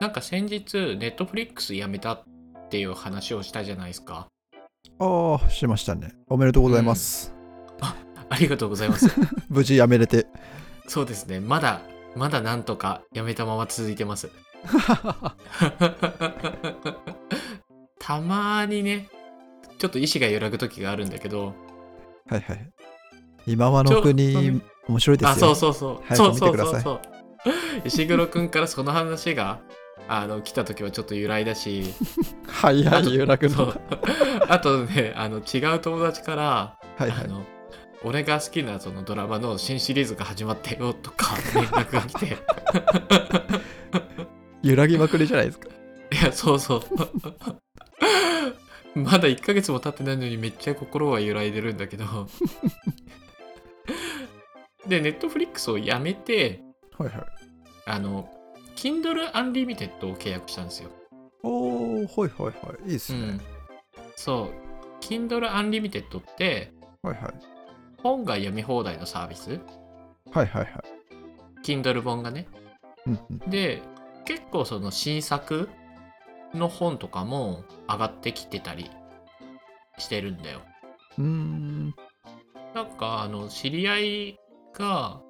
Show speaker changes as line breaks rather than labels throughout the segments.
なんか先日ネットフリックス辞めたっていう話をしたじゃないですか
ああ、しましたね。おめでとうございます。
ありがとうございます
無事辞めれて。
そうですねまだまだなんとか辞めたまま続いて ますたまにねちょっと意志が揺らぐ時があるんだけど
はいはい。今はの
ちょっ
国、面白いですよ。
あそうそうそうそう
早く見
そ
て
う
く
そ
だ
う
さい
そう石黒くんからその話があの来た時はちょっと揺らいだし
早い、有楽
そ
の。
うあとねあの違う友達から
はいは
あ
い。
の俺が好きなそのドラマの新シリーズが始まったよと か連絡が来て
揺らぎまくりじゃないで すか。
いやそうそう まだ1ヶ月も経ってないのにめっちゃ心は揺らいでるんだけど でネットフリックスをやめて
はいはい。
あの Kindle Unlimited を契約したんですよ、
おー、はいはいはい。いいです
う
ね
ん。そう Kindle Unlimited って
はいはい。
本が読み放題のサービス
はいはいはい。
Kindle 本がね
うんうん。
で結構その新作の本とかも上がってきてたりしてるんだよ
うーん。
なんかあの知り合いが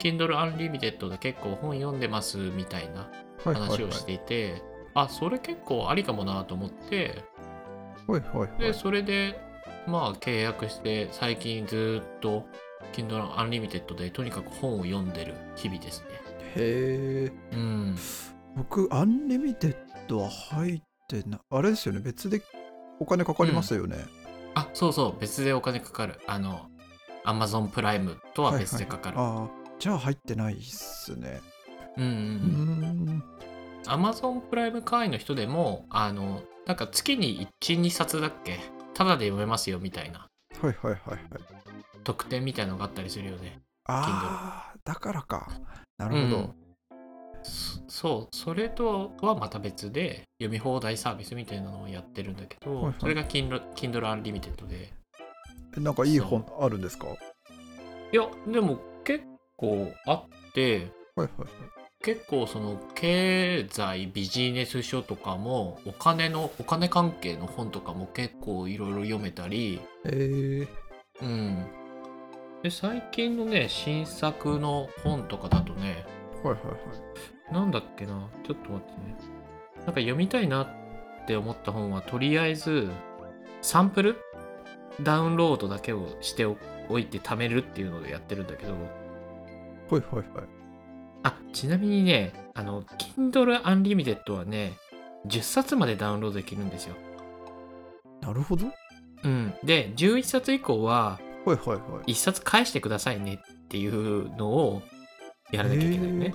Kindle Unlimited で結構本読んでますみたいな
はいはいはい。
話をしていて、あそれ結構ありかもなと思って
はいはいは
で
い。
それでまあ契約して最近ずっと Kindle Unlimited でとにかく本を読んでる日々ですね
へー。
うん
僕、アンリミテッドは入ってなあれですよね。別でお金かかりますよね。
あそうそう別でお金かかるあのアマゾンプライムとは別でかかる、
ああ、じゃあ入ってないっすね。
うんう
うんーん。
アマゾンプライム会員の人でもあのなんか月に12冊だっけタダで読めますよみたいな
はいはいはいはい。
特典みたいのがあったりするよね
ああ、だからか。なるほど。
うんそそうそれとはまた別で読み放題サービスみたいなのをやってるんだけど、
はいはい
それが Kindle, Kindle Unlimited で
えなんかいい本あるんですかはい
いやでも結構あって
はいはい。
結構その経済ビジネス書とかもお金のお金関係の本とかも結構いろいろ読めたり
えー、
うんで最近のね新作の本とかだとね
はいはいはい。
なんだっけなちょっと待ってねなんか読みたいなって思った本はとりあえずサンプルダウンロードだけをしておおいて貯めるっていうのでやってるんだけど
はいはいはい。
あちなみにねあの Kindle Unlimited はね10冊までダウンロードできるんですよ、
なるほど。は
うん、で11冊以降はい
はいはい。
1冊返してくださいねっていうのをやらなきゃいけないよね、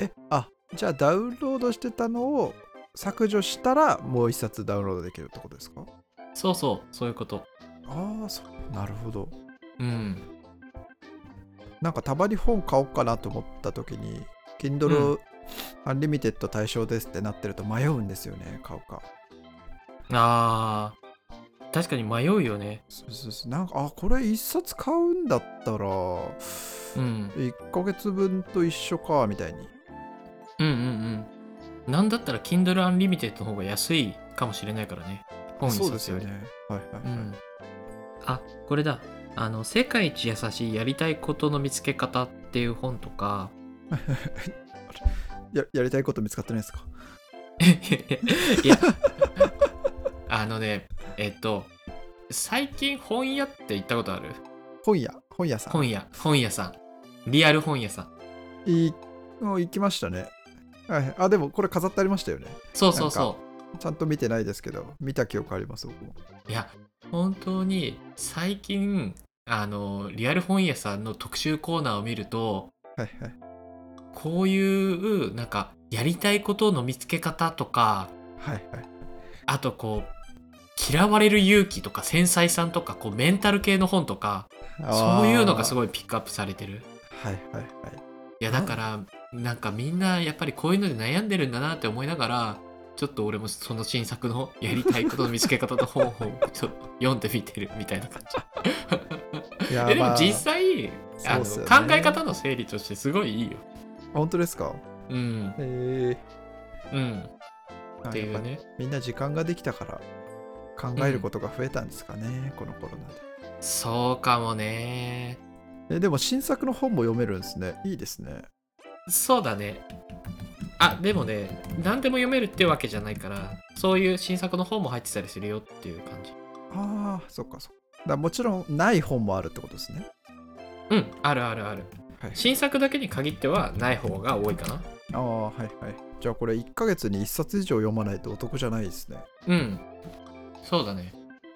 え、あじゃあダウンロードしてたのを削除したらもう一冊ダウンロードできるってことですか
そうそうそういうこと
ああ、そう。なるほど。
うん
なんかたまに本買おうかなと思った時に、
う
Kindle Unlimited 対象ですってなってると迷うんですよね、買うか。
あー確かに迷うよね
そうそうそうなんか、あ、これ一冊買うんだったら、
う
1
ん
ヶ月分と一緒か、みたいに。
うんうんうんなんだったら Kindle Unlimited の方が安いかもしれないからね本
そ
一
うで
冊
す
よ
よ
り
ね。はいはいはい。
うん、あこれだあの「世界一優しいやりたいことの見つけ方」っていう本とか
ややりたいこと見つかってないですか
いやあのねえっと最近本屋って行ったことある
本屋、本屋さん。
本屋本屋さんリアル本屋さん
いもう行きましたね。はい、あ、でもこれ飾ってありましたよね。
そうそうそう
ちゃんと見てないですけど、見た記憶あります、僕も。
いや本当に最近あのリアル本屋さんの特集コーナーを見ると
はいはい。
こういうなんかやりたいことの見つけ方とか
はいはい。
あとこう嫌われる勇気とか繊細さんとかこうメンタル系の本とかそういうのがす
い。
ごいピックアップされてる
はいはいはい。
いやだからなんかみんなやっぱりこういうので悩んでるんだなって思いながらちょっと俺もその新作のやりたいことの見つけ方の本をちょっと読んでみてるみたいな感じ
いや
えで
ま
も
あ
実際あの
そうっすよね
考え方の整理としてすごいいいよ。
本当ですか
うん、
えー
うん。
ま
っ
あ
てい
やっぱ
うね。
みんな時間ができたから考えることが増えたんですかね、このコロナ
そうかもね。
でえでも新作の本も読めるんですねいいですね
そうだね。あ、でもね、何でも読めるってわけじゃないから、そういう新作の本も入ってたりするよっていう感じ。
ああそっかそっかだからもちろんない本もあるってことですね
うん、あるあるある。
はい
新作だけに限ってはない方が多いかな。
ああはいはいじゃあこれ1ヶ月に1冊以上読まないとお得じゃないですね
うん。そうだね。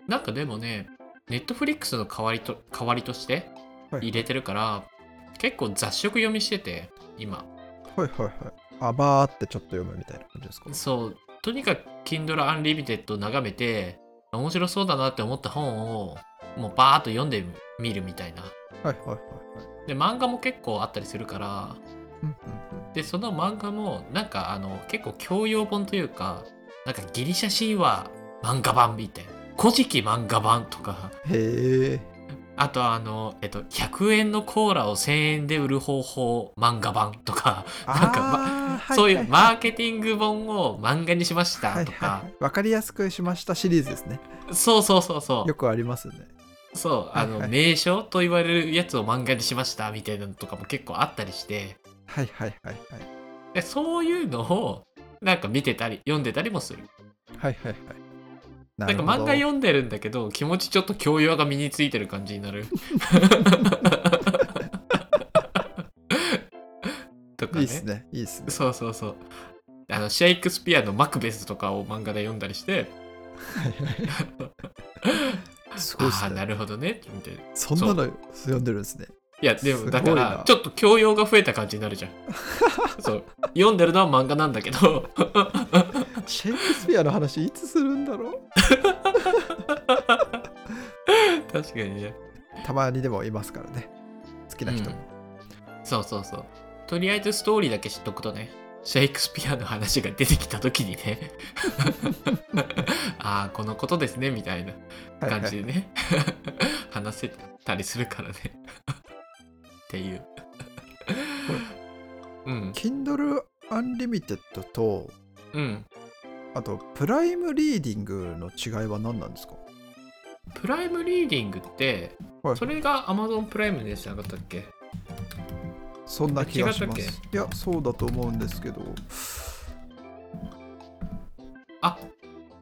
なんかでもね、ネットフリックスの代わりと代わりとして
はい
入れてるから、結構雑食読みしてて、今。
はいはいはいあばーってちょっと読むみたいな感じですか
そう、とにかく Kindle Unlimited を眺めて、面白そうだなって思った本を、もうバーッと読んでみるみたいな。
はいはいはいはい
で、漫画も結構あったりするから、
うんうんうん
でその漫画もなんかあの結構教養本というかなんかギリシャ神話漫画版みたいな「古事記漫画版」とか
へえ
あとあの、えっと、100円のコーラを1000円で売る方法漫画版とか、なんか
あー
そうい
は
う
は
マーケティング本を漫画にしましたとか、
はいはいはいわかりやすくしましたシリーズですね
そうそうそうそ
よくありますね
うそうあの、
はいはい
名称と言われるやつを漫画にしましたみたいなのとかも結構あったりして
はいはいはいはい
でそういうのをなんか見てたり読んでたりもする。
はいはいはいな
なん
る
か
ほど
漫画読んでるんだけど気持ちちょっと教養が身についてる感じになる。 とかね
いいですねいいですね
そうそうそう。あのシェイクスピアの「マクベス」とかを漫画で読んだりして
はいはいすごいで
ああ
す
な
ね
るほどねみたいな。い
そんなの読んでるんですね
やですも
ごいな
だからちょっと教養が増えた感じになる じゃん。そう読んでるのは漫画なんだけど
シェイクスピアの話いつするんだろう
確かにね。
たまにでもいますからね好きな人も、
そうそうそう。とりあえずストーリーだけ知っとくとね、シェイクスピアの話が出てきた時にね、 ああ、このことですね、みたいな
はいはい
感じでね、話せたりするからね。っていう。うん、
Kindle Unlimited と
うん。
あとプライムリーディングの違いは何なんですか
プライムリーディングって、
はい
それが Amazon プライムでじゃなかったっけ
そんな気がしま
違っ
すいやそうだと思うんですけど
あ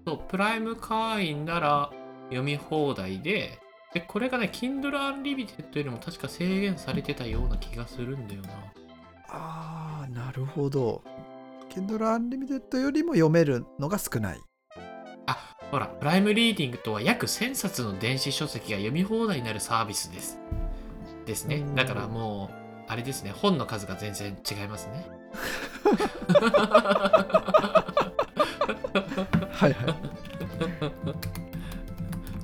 そうプライム会員なら読み放題ででこれがね Kindle Unlimited よりも確か制限されてたような気がするんだよな
あーなるほど Kindle Unlimited よりも読めるのが少ない
あほらプライムリーディングとは約1000冊の電子書籍が読み放題になるサービスですですね
うん
だからもうあれですね本の数が全然違いますね
はいはい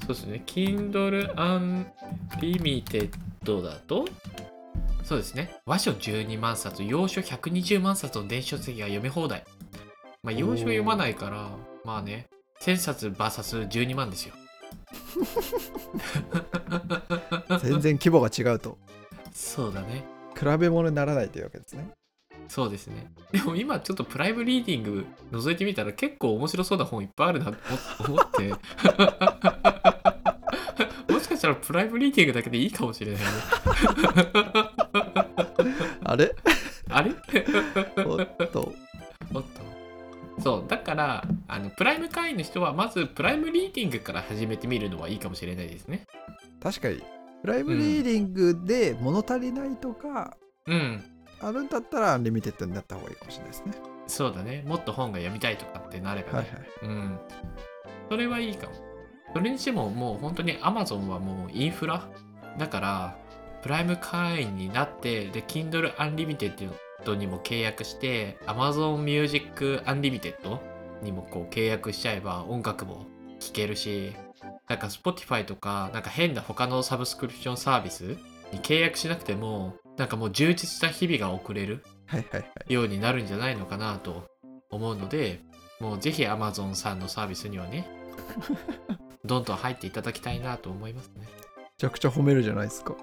そうですね Kindle Unlimited だとそうですね和書12万冊洋書120万冊の電子書籍が読み放題まあ洋書読まないからまあね1000冊 VS12 万ですよ
全然規模が違うと
そうだね
比べ物にならないというわけですね
そうですねでも今ちょっとプライムリーディング覗いてみたら結構面白そうな本いっぱいあるなと思思って もしかしたらプライムリーディングだけでいいかもしれないね
あれ
あれ
おっと
おっとそうだからあのプライム会員の人はまずプライムリーディングから始めてみるのはいいかもしれないですね
確かにプライムリーディングで物足りないとか、
うん
あるんだったらアンリミテッドになった方がいいかもしれないですね
そうだねもっと本が読みたいとかってなればね、
はいはい
うんそれはいいかもそれにしてももう本当に Amazon はもうインフラだからプライム会員になってで Kindle Unlimited にも契約して Amazon Music Unlimited にもこう契約しちゃえば音楽も聴けるしなんか Spotify とかなんか変な他のサブスクリプションサービスに契約しなくてもなんかもう充実した日々が送れる
はいはいはい
ようになるんじゃないのかなと思うのでもうぜひ Amazon さんのサービスにはねどんどん入っていただきたいなと思いますね
めちゃくちゃ褒めるじゃないですか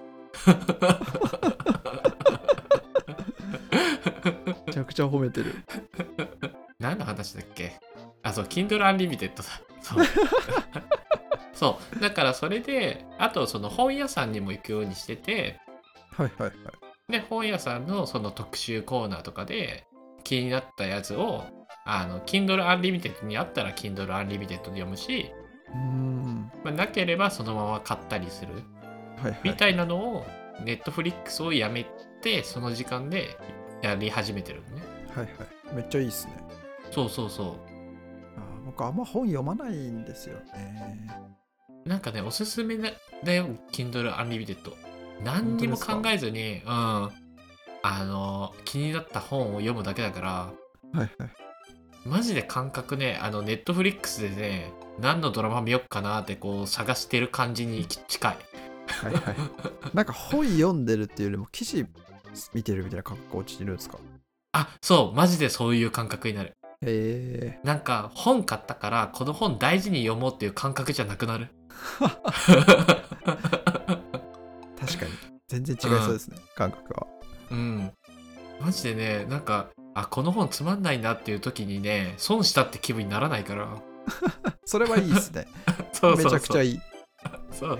めちゃくちゃ褒めてる
何の話だっけあそう Kindle Unlimited だそうそうだからそれであとその本屋さんにも行くようにしてて
はいはいはい。
で本屋さんのその特集コーナーとかで気になったやつをあの Kindle Unlimited にあったら Kindle Unlimited で読むし、
うーん。
まあ、なければそのまま買ったりする
はいはい。
みたいなのを Netflix をやめてその時間でやり始めてるのね
はいはい。めっちゃいいっすね。
そうそうそ
あー僕あんま本読まないんですよね。
うなんかねおすすめだだよ Kindle Unlimited 何にも考えずにうんあの気になった本を読むだけだから
はいはい。
マジで感覚ね、あの、ネットフリックスでね、何のドラマ見よっかなってこう探してる感じに近い。
はいはい。なんか本読んでるっていうよりも記事見てるみたいな感覚落ちてるんですか
あ、そう、マジでそういう感覚になる。
へえ。
なんか、本買ったから、この本大事に読もうっていう感覚じゃなく なる。
確かに。全然違いそうですね、感覚は。
うん。マジでね、なんか、あ、この本つまんないなっていう時にね、損したって気分にならないから。
それはいいですね。
そうそうそう。
めちゃくちゃ
いい。
いい。
そう。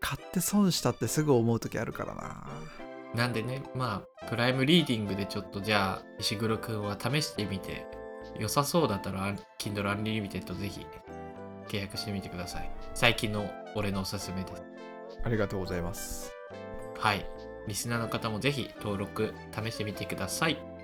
買って損したってすぐ思う時あるからな。
なんでね、まあ、プライムリーディングでちょっとじゃあ、石黒くんは試してみて、良さそうだったら、Kindle Unlimited ぜひ契約してみてください。最近の俺のおすすめです。
ありがとうございます。
はい。リスナーの方もぜひ登録、試してみてください。